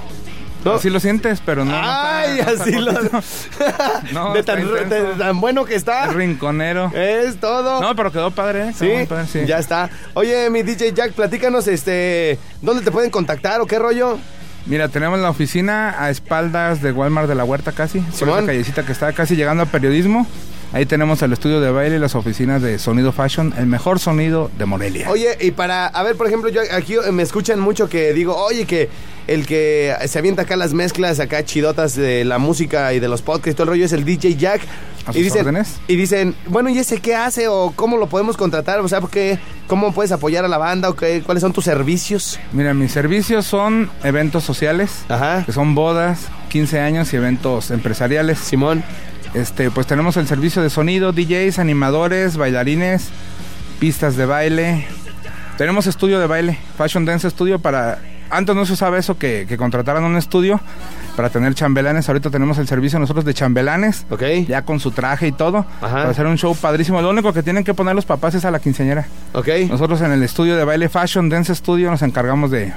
Speaker 2: No.
Speaker 7: Así lo sientes, pero no. no está-
Speaker 2: Ay,
Speaker 7: no está
Speaker 2: así lo.
Speaker 7: cortito.
Speaker 2: *laughs*
Speaker 7: No,
Speaker 2: de,
Speaker 7: está
Speaker 2: tan,
Speaker 7: intenso.
Speaker 2: de tan bueno que está.
Speaker 7: El rinconero.
Speaker 2: Es todo.
Speaker 7: No, pero quedó padre, ¿eh?
Speaker 2: ¿Sí?
Speaker 7: Quedó muy padre, sí.
Speaker 2: ya está. Oye, mi DJ Jack, platícanos, este, ¿dónde te pueden contactar o qué rollo?
Speaker 7: Mira, tenemos la oficina a espaldas de Walmart de la Huerta casi. Por
Speaker 2: Simón.
Speaker 7: esa callecita que está casi llegando a periodismo. Ahí tenemos el estudio de baile y las oficinas de Sonido Fashion, el mejor sonido de Morelia.
Speaker 2: Oye, y para, a ver, por ejemplo, yo aquí eh, me escuchan mucho que digo, oye, que el que se avienta acá las mezclas, acá chidotas de la música y de los podcasts, y todo el rollo es el DJ Jack.
Speaker 7: A
Speaker 2: y
Speaker 7: sus
Speaker 2: dicen,
Speaker 7: órdenes.
Speaker 2: y dicen, bueno, ¿y ese qué hace o cómo lo podemos contratar? O sea, porque, ¿cómo puedes apoyar a la banda o qué, cuáles son tus servicios?
Speaker 7: Mira, mis servicios son eventos sociales,
Speaker 2: Ajá.
Speaker 7: que son bodas, 15 años y eventos empresariales.
Speaker 2: Simón,
Speaker 7: Este, pues tenemos el servicio de sonido, DJs, animadores, bailarines, pistas de baile. Tenemos estudio de baile, Fashion Dance Studio para... Antes no se usaba eso, que, que contrataran un estudio para tener chambelanes. Ahorita tenemos el servicio nosotros de chambelanes,
Speaker 2: ¿ok?
Speaker 7: ya con su traje y todo,
Speaker 2: Ajá.
Speaker 7: para hacer un show padrísimo. Lo único que tienen que poner los papás es a la quinceañera.
Speaker 2: ¿Ok?
Speaker 7: Nosotros en el estudio de baile Fashion Dance Studio nos encargamos de,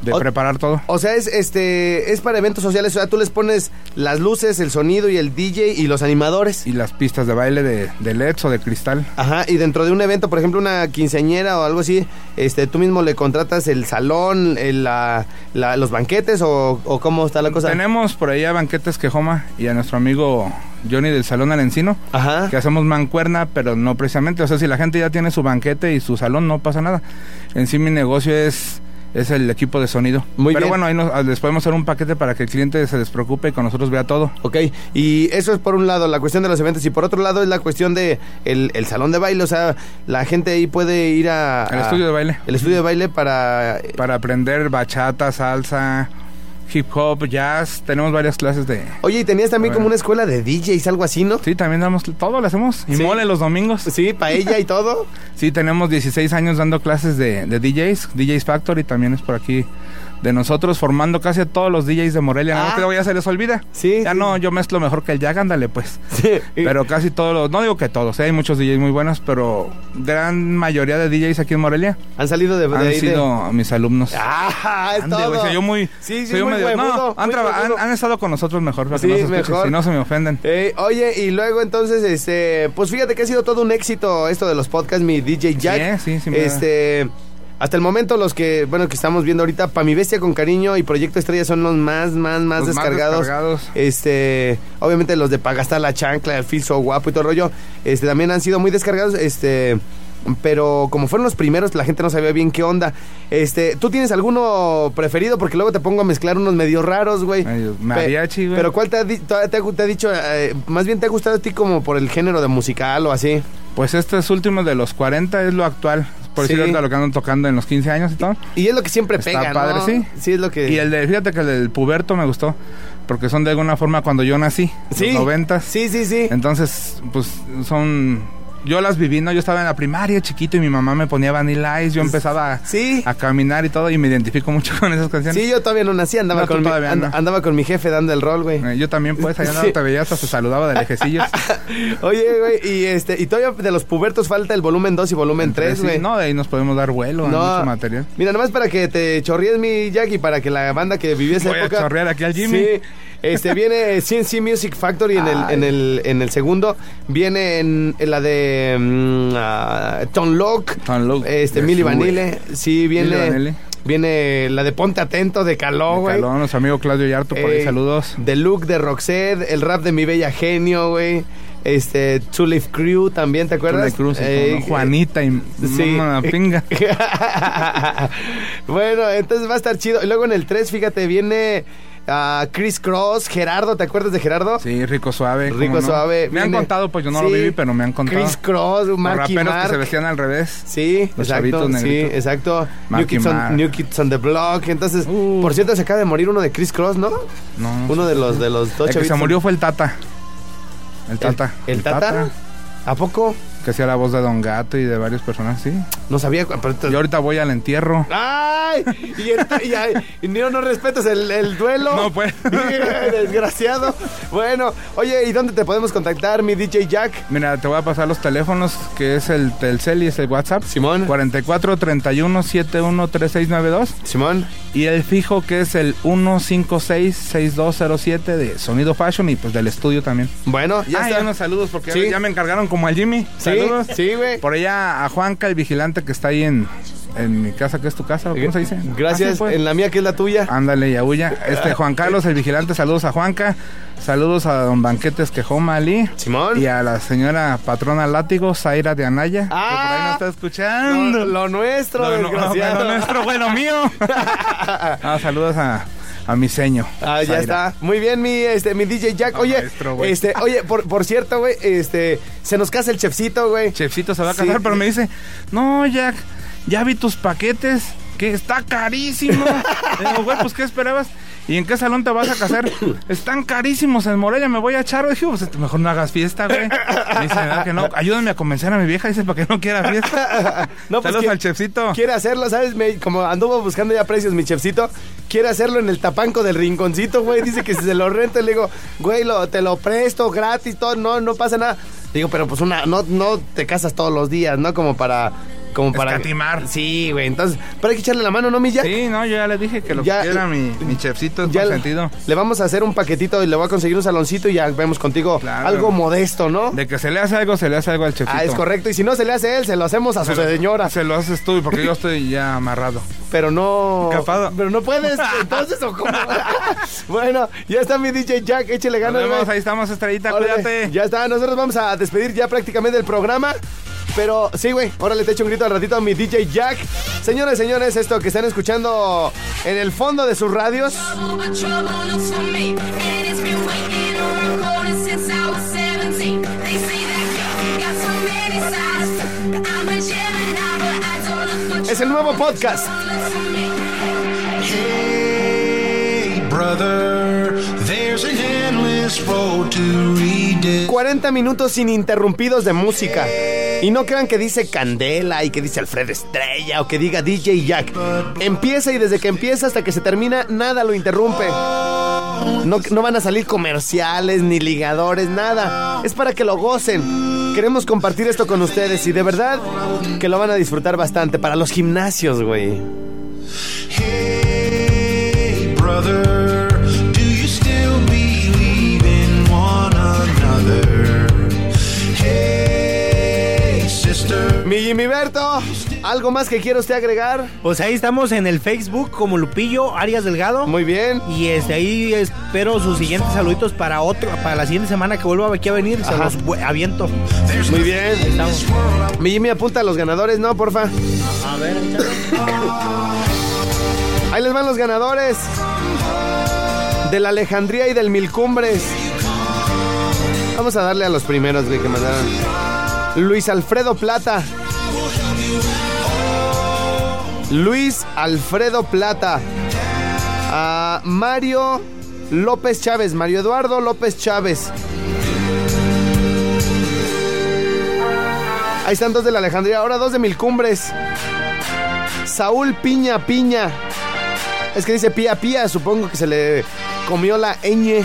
Speaker 7: de
Speaker 2: Ot-
Speaker 7: preparar todo.
Speaker 2: O sea, es este es para eventos sociales, o sea, tú les pones las luces, el sonido y el DJ y los animadores.
Speaker 7: Y las pistas de baile de, de LEDs o de cristal.
Speaker 2: Ajá, y dentro de un evento, por ejemplo, una quinceañera o algo así, este tú mismo le contratas el salón, el, la, la- los banquetes o, o cómo está la cosa.
Speaker 7: Tenemos por ahí a Banquetes Quejoma y a nuestro amigo Johnny del Salón al Encino,
Speaker 2: Ajá.
Speaker 7: que hacemos mancuerna, pero no precisamente. O sea, si la gente ya tiene su banquete y su salón, no pasa nada. En sí, mi negocio es, es el equipo de sonido.
Speaker 2: Muy
Speaker 7: pero
Speaker 2: bien.
Speaker 7: bueno, ahí nos- ah, les podemos hacer un paquete para que el cliente se despreocupe y con nosotros vea todo.
Speaker 2: Ok, y eso es por un lado la cuestión de los eventos y por otro lado es la cuestión de el, el salón de baile, o sea, la gente ahí puede ir a...
Speaker 7: El
Speaker 2: a-
Speaker 7: estudio de baile.
Speaker 2: El estudio de baile para...
Speaker 7: Para aprender bachata, salsa, hip hop, jazz. Tenemos varias clases de.
Speaker 2: Oye, y tenías también
Speaker 7: A ver.
Speaker 2: como una escuela de DJs, algo así, ¿no?
Speaker 7: Sí, también damos todo, lo hacemos. Y
Speaker 2: Sí.
Speaker 7: mole los domingos.
Speaker 2: Sí, paella y
Speaker 7: *laughs*
Speaker 2: todo.
Speaker 7: Sí, tenemos 16 años dando clases de, de DJs, DJs Factory también es por aquí de nosotros, formando casi a todos los DJs de Morelia. Nada más
Speaker 2: Ah.
Speaker 7: que luego ya se les olvida.
Speaker 2: Sí,
Speaker 7: Ya
Speaker 2: sí.
Speaker 7: no, yo mezclo mejor que el Jack, ándale pues.
Speaker 2: Sí.
Speaker 7: Pero casi todos los, no digo que todos, ¿eh? hay muchos DJs muy buenos, pero gran mayoría de DJs aquí en Morelia
Speaker 2: han salido de, de
Speaker 7: han
Speaker 2: ahí de-
Speaker 7: sido mis alumnos.
Speaker 2: Ah, es
Speaker 7: Ande, güey,
Speaker 2: todo.
Speaker 7: se oyó muy,
Speaker 2: Sí, sí,
Speaker 7: se oyó
Speaker 2: muy
Speaker 7: medio-
Speaker 2: huevudo,
Speaker 7: no, han,
Speaker 2: muy
Speaker 7: traba- han-
Speaker 2: huevudo.
Speaker 7: han estado con nosotros mejor, para
Speaker 2: Sí,
Speaker 7: que no se escuchen,
Speaker 2: mejor. Eh.
Speaker 7: si no se me ofenden.
Speaker 2: Ey, oye, y luego entonces, este, pues fíjate que ha sido todo un éxito esto de los podcasts, mi DJ Jack.
Speaker 7: eh, sí, sin duda.
Speaker 2: Este, Hasta el momento los que, bueno, que estamos viendo ahorita, Pa' mi bestia con cariño y Proyecto Estrella son los más, más, más,
Speaker 7: Los más
Speaker 2: descargados.
Speaker 7: descargados.
Speaker 2: Este, obviamente los de Pa' gastar la chancla, el fiso guapo y todo el rollo, este, también han sido muy descargados, este, pero como fueron los primeros, la gente no sabía bien qué onda. Este, ¿tú tienes alguno preferido? Porque luego te pongo a mezclar unos medio raros, güey.
Speaker 7: Medio
Speaker 2: Pe-
Speaker 7: mariachi, güey.
Speaker 2: Pero ¿cuál te ha, di- te ha- te ha- te ha dicho, eh, más bien te ha gustado a ti como por el género de musical o así?
Speaker 7: Pues este es último de los 40, es lo actual. Por
Speaker 2: Sí.
Speaker 7: decirlo lo que andan tocando en los 15 años y todo.
Speaker 2: Y es lo que siempre
Speaker 7: Está
Speaker 2: pega, ¿no?
Speaker 7: padre, sí.
Speaker 2: Sí, es lo que...
Speaker 7: Y el de, fíjate que el del puberto me gustó. Porque son de alguna forma cuando yo nací,
Speaker 2: Sí.
Speaker 7: los 90.
Speaker 2: Sí, sí, sí.
Speaker 7: Entonces, pues son. Yo las viví, ¿no? Yo estaba en la primaria chiquito y mi mamá me ponía Vanilla Ice. Yo empezaba a,
Speaker 2: Sí.
Speaker 7: a caminar y todo y me identifico mucho *laughs* con esas canciones.
Speaker 2: Sí, yo todavía no nací, andaba,
Speaker 7: No, tú
Speaker 2: con, mi,
Speaker 7: todavía
Speaker 2: and-
Speaker 7: no.
Speaker 2: andaba con mi jefe dando el rol, güey.
Speaker 7: Eh, Yo también, pues, allá
Speaker 2: Sí.
Speaker 7: te veía hasta se saludaba de lejecillos.
Speaker 2: *laughs* Oye, güey, y este, y todavía de los pubertos falta el volumen 2 y volumen 3,
Speaker 7: Sí,
Speaker 2: güey.
Speaker 7: No, de ahí nos podemos dar vuelo a mucho material.
Speaker 2: Mira, nomás para que te chorríes mi Jackie, para que la banda que vivió esa
Speaker 7: Voy a
Speaker 2: época.
Speaker 7: chorrear aquí al Jimmy.
Speaker 2: Sí. Este viene CNC Music Factory en el, en el, en el segundo. Viene en, en la de mm, ah, Tom Locke.
Speaker 7: Tom Locke.
Speaker 2: Este,
Speaker 7: Yes,
Speaker 2: Milly
Speaker 7: güey.
Speaker 2: Vanille. Sí, viene.
Speaker 7: Milli Vanilli.
Speaker 2: Viene la de Ponte Atento de Caló, güey.
Speaker 7: Calón, nuestro amigo Claudio Yarto, por ahí,
Speaker 2: Eh,
Speaker 7: saludos.
Speaker 2: De Luke, de Roxette, el rap de Mi Bella Genio, güey. Este, Two Life Crew también, ¿te acuerdas?
Speaker 7: Tula Cruz,
Speaker 2: Eh,
Speaker 7: ¿no? Juanita y
Speaker 2: sí. *laughs*
Speaker 7: mamá pinga.
Speaker 2: bueno, entonces va a estar chido. Y luego en el 3, fíjate, viene ah, Chris Cross, Gerardo, ¿te acuerdas de Gerardo?
Speaker 7: Sí, rico suave. cómo
Speaker 2: Rico
Speaker 7: no.
Speaker 2: Suave.
Speaker 7: Me han
Speaker 2: viene-
Speaker 7: contado, pues yo no lo
Speaker 2: Sí,
Speaker 7: viví, pero me han contado.
Speaker 2: Chris Cross,
Speaker 7: Los
Speaker 2: Marky
Speaker 7: raperos que se
Speaker 2: Mark.
Speaker 7: vestían al revés.
Speaker 2: Sí,
Speaker 7: Los
Speaker 2: exacto,
Speaker 7: chavitos
Speaker 2: sí,
Speaker 7: negritos.
Speaker 2: exacto. New
Speaker 7: Marky
Speaker 2: Kids,
Speaker 7: Mark.
Speaker 2: on, New Kids on the Block. Entonces,
Speaker 7: Uh.
Speaker 2: por cierto, se acaba de morir uno de Chris Cross, ¿no?
Speaker 7: No, no
Speaker 2: Uno de los de los dos
Speaker 7: El que se
Speaker 2: chavitos.
Speaker 7: murió fue el Tata. El Tata.
Speaker 2: ¿El Tata? ¿A poco?
Speaker 7: Que hacía la voz de Don Gato y de varios personajes, sí.
Speaker 2: No sabía. cu- pero entonces-
Speaker 7: Yo ahorita voy al entierro.
Speaker 2: ¡Ay! Y, ent- y ay, y no, no respetas el, el duelo. *laughs*
Speaker 7: No, pues.
Speaker 2: Desgraciado. Bueno, oye, ¿y dónde te podemos contactar, mi DJ Jack?
Speaker 7: Mira, te voy a pasar los teléfonos, que es el Telcel y es el WhatsApp.
Speaker 2: Simón.
Speaker 7: 44 31 71 3692.
Speaker 2: Simón.
Speaker 7: Y el fijo, que es el 156 6207 de Sonido Fashion y pues del estudio también.
Speaker 2: Bueno, ya
Speaker 7: Ah, Ya
Speaker 2: está.
Speaker 7: unos saludos porque
Speaker 2: Sí.
Speaker 7: ya me encargaron como al Jimmy.
Speaker 2: Sí,
Speaker 7: Saludos.
Speaker 2: sí, güey.
Speaker 7: Por allá a Juanca, el vigilante que está ahí en, en mi casa, que es tu casa, ¿o ¿cómo se dice?
Speaker 2: Gracias.
Speaker 7: Así, pues.
Speaker 2: En la mía, que es la tuya.
Speaker 7: Ándale, Yahuya. Este, Juan Carlos, el vigilante, saludos a Juanca. Saludos a don Banquetes Quejoma Ali.
Speaker 2: Simón.
Speaker 7: Y a la señora patrona Látigo, Zaira de Anaya. que por ahí
Speaker 2: Ah.
Speaker 7: nos está escuchando.
Speaker 2: Lo, lo nuestro,
Speaker 7: No, no, no,
Speaker 2: desgraciado.
Speaker 7: lo nuestro, bueno, mío.
Speaker 2: *laughs*
Speaker 7: Ah, saludos a, a mi seño.
Speaker 2: Ah, ya
Speaker 7: Zaira.
Speaker 2: está. Muy bien, mi, este, mi DJ Jack.
Speaker 7: Ah,
Speaker 2: oye,
Speaker 7: maestro, güey.
Speaker 2: este, oye, por, por cierto, güey, este, se nos casa el chefcito, güey.
Speaker 7: Chefcito se va a
Speaker 2: Sí.
Speaker 7: casar, pero me dice, no, Jack, ya vi tus paquetes, que está carísimo.
Speaker 2: *laughs*
Speaker 7: Le digo, güey, pues, ¿qué esperabas? ¿Y en qué salón te vas a casar? Están carísimos en Morelia, me voy a echar. Dije, pues, mejor no hagas fiesta, güey. Me dice, "Ah, que no, ayúdame a convencer a mi vieja, dice, para que no quiera fiesta.
Speaker 2: No, *laughs* pues,
Speaker 7: Saludos
Speaker 2: que-
Speaker 7: al chefcito.
Speaker 2: Quiere hacerlo, ¿sabes? Me- como anduvo buscando ya precios, mi chefcito. Quiere hacerlo en el tapanco del rinconcito, güey. Dice que si se lo rento, le digo, güey, lo, te lo presto gratis, todo, no, no pasa nada. Digo, pero pues una, no, no te casas todos los días, ¿no? Como para. Como para.
Speaker 7: Escatimar.
Speaker 2: Sí, güey. Entonces, pero hay que echarle la mano, ¿no, mi Jack?
Speaker 7: Sí, no, yo ya le dije que lo
Speaker 2: Ya- eh,
Speaker 7: que quiera mi, mi chefcito es
Speaker 2: Ya le,
Speaker 7: consentido.
Speaker 2: le vamos a hacer un paquetito y le voy a conseguir un saloncito y ya vemos contigo
Speaker 7: Claro.
Speaker 2: algo modesto, ¿no?
Speaker 7: De que se le hace algo, se le hace algo al chefcito.
Speaker 2: Ah, es correcto. Y si no se le hace a él, se lo hacemos a su señora.
Speaker 7: Se lo haces tú, porque yo estoy ya amarrado.
Speaker 2: Pero no.
Speaker 7: Capado.
Speaker 2: Pero no puedes, entonces, o
Speaker 7: *laughs*
Speaker 2: cómo. bueno, ya está mi DJ Jack, échele
Speaker 7: Nos
Speaker 2: ganas,
Speaker 7: vemos,
Speaker 2: güey.
Speaker 7: ahí estamos, Estrellita,
Speaker 2: Órale,
Speaker 7: cuídate.
Speaker 2: Ya está, nosotros vamos a despedir ya prácticamente el programa. Pero sí, güey, órale, te echo un grito al ratito a mi DJ Jack. Señores, señores, esto que están escuchando en el fondo de sus radios.
Speaker 4: Es el nuevo podcast.
Speaker 5: Hey, brother, there's an endless road to redemption.
Speaker 2: 40 minutos ininterrumpidos de música. Y no crean que dice Candela y que dice Alfredo Estrella o que diga DJ Jack. Empieza y desde que empieza hasta que se termina, nada lo interrumpe. No, no van a salir comerciales ni ligadores, nada. Es para que lo gocen. Queremos compartir esto con ustedes y de verdad que lo van a disfrutar bastante. Para los gimnasios, güey.
Speaker 5: Hey, brother, do you still believe in one another? Hey, sister.
Speaker 2: Mi Jimmy Berto, ¿algo más que quiera usted agregar?
Speaker 3: Pues ahí estamos en el Facebook como Lupillo Arias Delgado.
Speaker 2: Muy bien.
Speaker 3: y este, ahí espero sus siguientes saluditos para otro, para la siguiente semana que vuelva aquí a venir. Se
Speaker 2: Ajá.
Speaker 3: los vue- aviento.
Speaker 2: Muy bien.
Speaker 3: Estamos.
Speaker 2: Mi Jimmy apunta a los ganadores, ¿no, porfa?
Speaker 3: A ver,
Speaker 2: *laughs* Ahí les van los ganadores. De la Alejandría y del Milcumbres. Vamos a darle a los primeros, güey, que mandaron. Luis Alfredo Plata. Luis Alfredo Plata. A Mario López Chávez. Mario Eduardo López Chávez. Ahí están dos de la Alejandría. Ahora dos de Milcumbres. Saúl Piña Piña. Es que dice pía pía, supongo que se le comió la ñ.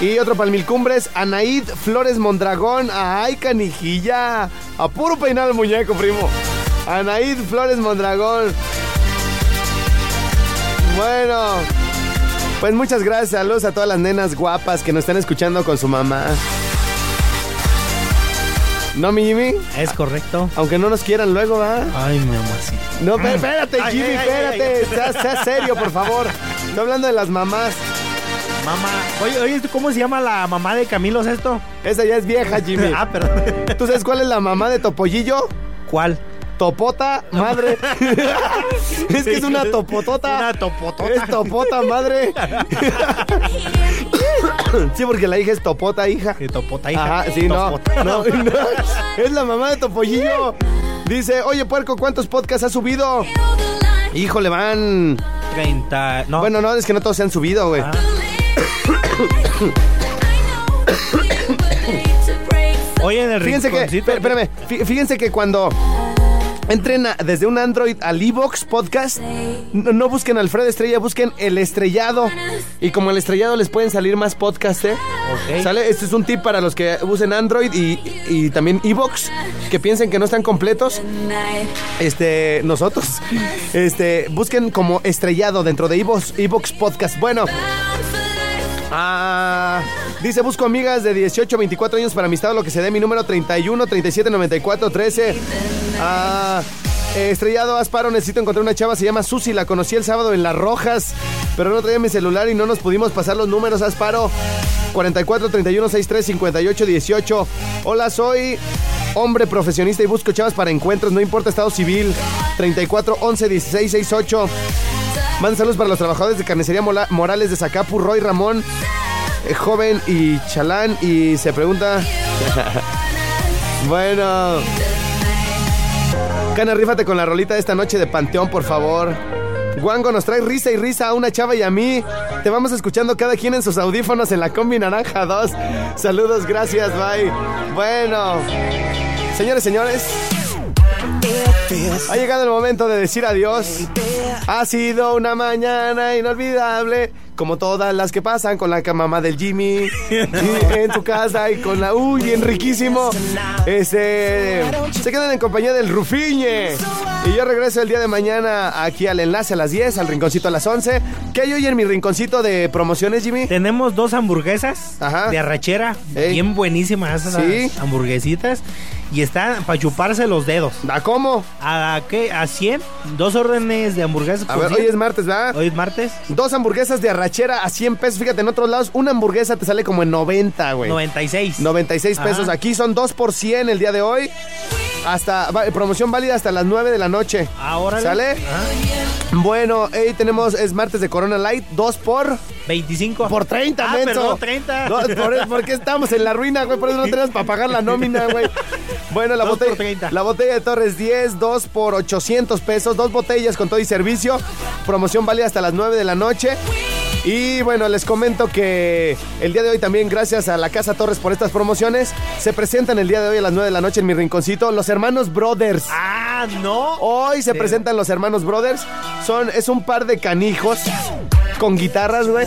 Speaker 2: Y otro para el Milcumbres, Anaid Flores Mondragón. ¡Ay, canijilla! A puro peinar al muñeco, primo. Anaid Flores Mondragón. Bueno, pues muchas gracias. Saludos a todas las nenas guapas que nos están escuchando con su mamá. ¿No, mi Jimmy?
Speaker 3: es correcto.
Speaker 2: Aunque no nos quieran luego, ¿va?
Speaker 3: Ay, mi amorcito.
Speaker 2: No, pe- espérate,
Speaker 3: Mm. Ay,
Speaker 2: Jimmy,
Speaker 3: ay, ay,
Speaker 2: espérate. Sea,
Speaker 3: ay.
Speaker 2: sea serio, por favor. Estoy hablando de las mamás.
Speaker 3: Mamá. Oye, oye, ¿tú ¿cómo se llama la mamá de Camilo esto?
Speaker 2: Esa ya es vieja, Jimmy.
Speaker 3: Ah, perdón.
Speaker 2: *laughs* ¿Tú sabes cuál es la mamá de Topollillo?
Speaker 3: ¿Cuál?
Speaker 2: Topota
Speaker 3: *laughs*
Speaker 2: madre. es que es una topotota.
Speaker 3: Una topotota.
Speaker 2: Es topota
Speaker 3: *laughs*
Speaker 2: madre. sí, porque la hija es topota, hija.
Speaker 3: Que topota, hija.
Speaker 2: Ajá, sí, no,
Speaker 3: Topota.
Speaker 2: no, no. Es la mamá de Topollillo. Dice, oye, puerco, ¿cuántos podcasts has subido? Híjole, van.
Speaker 3: 30. No.
Speaker 2: Bueno, no, es que no todos se han subido, güey.
Speaker 3: Ah. Oye, en el
Speaker 2: Fíjense que,
Speaker 3: rinconcito-
Speaker 2: espé- espérame, fí- fíjense que cuando entren a- desde un Android al Evox Podcast, no, no busquen Alfredo Estrella, busquen El Estrellado. Y como El Estrellado les pueden salir más podcasts, ¿eh?
Speaker 3: Ok.
Speaker 2: ¿Sale? Este es un tip para los que usen Android y, y también Evox, que piensen que no están completos. Este, nosotros. Este, busquen como Estrellado dentro de Evox, Evox Podcast. Bueno. Ah, dice, busco amigas de 18, 24 años para amistad, lo que se dé mi número 31, 37, 94, 13. Ah, eh, estrellado Asparo, necesito encontrar una chava, se llama Susi, la conocí el sábado en Las Rojas, pero no traía mi celular y no nos pudimos pasar los números, Asparo. 44, 31, 63, 58, 18. Hola, soy... Hombre profesionista y busco chavas para encuentros, no importa estado civil. 34 11 16 68. Manda saludos para los trabajadores de Carnicería Mola- Morales de Zacapu, Roy Ramón, eh, joven y chalán, y se pregunta... *laughs* bueno... Cana, rífate con la rolita de esta noche de Panteón, por favor. Guango nos trae risa y risa a una chava y a mí. Te vamos escuchando cada quien en sus audífonos en la combi naranja 2. Saludos, gracias, bye. Bueno, señores, señores. Ha llegado el momento de decir adiós. Ha sido una mañana inolvidable, como todas las que pasan con la ca- mamá del Jimmy y en tu casa y con la uy, bien riquísimo. Este, se quedan en compañía del Rufiñe. Y yo regreso el día de mañana aquí al enlace a las 10, al rinconcito a las 11. ¿Qué hay hoy en mi rinconcito de promociones, Jimmy?
Speaker 3: Tenemos dos hamburguesas
Speaker 2: Ajá.
Speaker 3: de arrachera.
Speaker 2: Ey.
Speaker 3: Bien buenísimas esas
Speaker 2: Sí.
Speaker 3: hamburguesitas. Y están para chuparse los dedos.
Speaker 2: ¿A cómo?
Speaker 3: ¿A qué? ¿A 100? Dos órdenes de hamburguesas.
Speaker 2: A
Speaker 3: por
Speaker 2: ver,
Speaker 3: 100.
Speaker 2: hoy es martes, ¿verdad?
Speaker 3: Hoy es martes.
Speaker 2: Dos hamburguesas de arrachera a 100 pesos. Fíjate, en otros lados una hamburguesa te sale como en 90, güey.
Speaker 3: 96.
Speaker 2: 96 pesos.
Speaker 3: Ajá.
Speaker 2: Aquí son 2 por 100 el día de hoy. Hasta va- promoción válida hasta las 9 de la noche.
Speaker 3: Ahora
Speaker 2: ¿Sale? Bueno, ahí tenemos, es martes de Corona Light, 2 por
Speaker 3: 25.
Speaker 2: por 30,
Speaker 3: ah,
Speaker 2: menso.
Speaker 3: perdón, 30.
Speaker 2: No, por, porque estamos en la ruina, güey, por eso no tenemos para pagar la nómina, güey. Bueno, la
Speaker 3: Dos por
Speaker 2: botella
Speaker 3: 30.
Speaker 2: la botella de Torres 10, 2 por 800 pesos, dos botellas con todo y servicio. Promoción válida hasta las 9 de la noche. Y bueno, les comento que el día de hoy también gracias a la Casa Torres por estas promociones, se presentan el día de hoy a las 9 de la noche en mi rinconcito los hermanos Brothers.
Speaker 3: Ah, no.
Speaker 2: Hoy se presentan los hermanos Brothers. Son, es un par de canijos con guitarras, güey,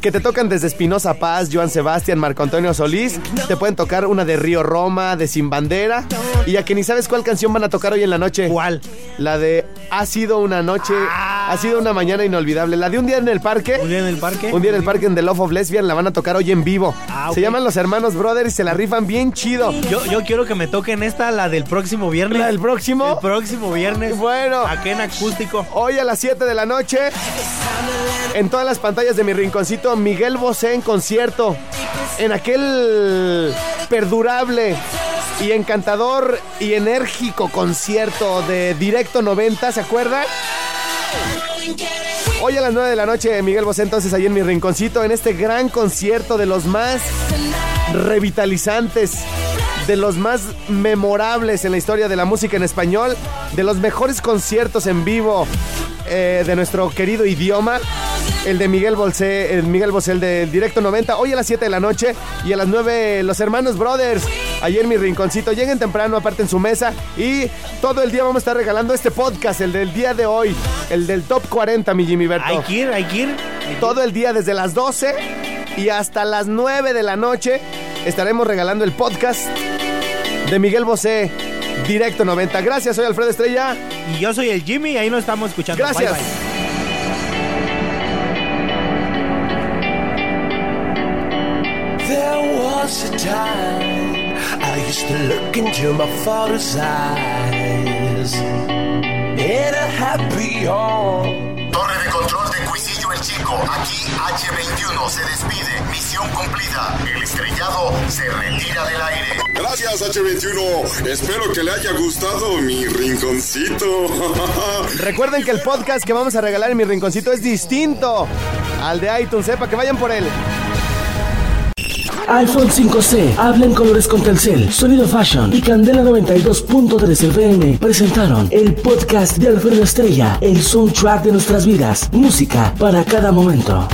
Speaker 2: que te tocan desde Espinosa Paz, Joan Sebastián, Marco Antonio Solís. Te pueden tocar una de Río Roma, de Sin Bandera. Y a que ni sabes cuál canción van a tocar hoy en la noche.
Speaker 3: ¿Cuál?
Speaker 2: La de Ha sido una noche Ha sido una mañana inolvidable. La de un día en el parque.
Speaker 3: Un día en el parque.
Speaker 2: Un día en el parque en The Love of Lesbian la van a tocar hoy en vivo.
Speaker 3: Ah, ok.
Speaker 2: Se llaman los hermanos Brothers y se la rifan bien chido.
Speaker 3: Yo, yo quiero que me toquen esta, la del próximo viernes.
Speaker 2: ¿La del próximo?
Speaker 3: El próximo viernes.
Speaker 2: Bueno.
Speaker 3: Acá en acústico.
Speaker 2: Hoy a las 7 de la noche, en todas las pantallas de mi rinconcito, Miguel Bosé en concierto. En aquel perdurable y encantador y enérgico concierto de Directo 90, ¿se acuerdan? Hoy a las 9 de la noche, Miguel Bosé, entonces ahí en mi rinconcito, en este gran concierto de los más revitalizantes, de los más memorables en la historia de la música en español, de los mejores conciertos en vivo eh, de nuestro querido idioma. El de Miguel Bosé, el Miguel Bosé, el de Directo 90, hoy a las 7 de la noche y a las 9 los hermanos Brothers, ahí en mi rinconcito. Lleguen temprano, aparten su mesa y todo el día vamos a estar regalando este podcast, el del día de hoy, el del top 40, mi Jimmy Berto.
Speaker 3: Hay que ir, hay que ir.
Speaker 2: Todo el día desde las 12 y hasta las 9 de la noche estaremos regalando el podcast de Miguel Bosé Directo 90. Gracias, soy Alfredo Estrella.
Speaker 3: Y yo soy el Jimmy y ahí nos estamos escuchando. Bye,
Speaker 2: Gracias.
Speaker 3: bye.
Speaker 9: There was a time I used to look into my father's eyes in a happy home.
Speaker 10: Torre de control de Cuisillo el Chico. Aquí H21 se despide. Misión cumplida. El estrellado se retira del aire.
Speaker 11: Gracias H21, espero que le haya gustado mi rinconcito. *laughs*
Speaker 2: Recuerden que el podcast que vamos a regalar en mi rinconcito es distinto al de iTunes. Sepa que vayan por él.
Speaker 1: iPhone 5C, hablen colores con Telcel, Sonido Fashion y Candela 92.3 FM presentaron el podcast de Alfredo Estrella, el soundtrack de nuestras vidas, música para cada momento.